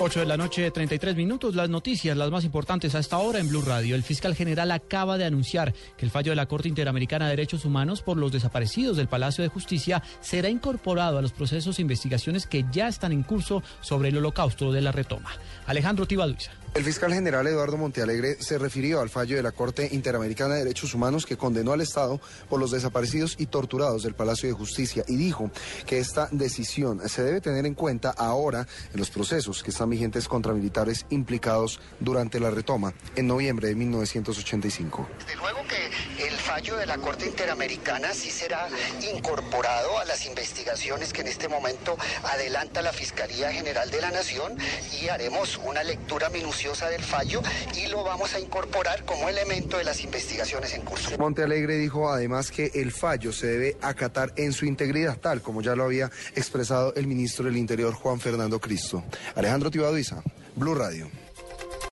8 de la noche, 33 minutos. Las noticias, las más importantes hasta ahora en Blue Radio. El fiscal general acaba de anunciar que el fallo de la Corte Interamericana de Derechos Humanos por los desaparecidos del Palacio de Justicia será incorporado a los procesos e investigaciones que ya están en curso sobre el holocausto de la retoma. Alejandro Tibaduiza. El fiscal general Eduardo Montealegre se refirió al fallo de la Corte Interamericana de Derechos Humanos que condenó al Estado por los desaparecidos y torturados del Palacio de Justicia y dijo que esta decisión se debe tener en cuenta ahora en los procesos que están vigentes contra militares implicados durante la retoma en noviembre de 1985. Desde luego que el fallo de la Corte Interamericana sí será incorporado a las investigaciones que en este momento adelanta la Fiscalía General de la Nación y haremos una lectura minuciosa del fallo y lo vamos a incorporar como elemento de las investigaciones en curso. Montealegre dijo además que el fallo se debe acatar en su integridad, tal como ya lo había expresado el ministro del Interior Juan Fernando Cristo. Alejandro Tibaduiza, Blue Radio.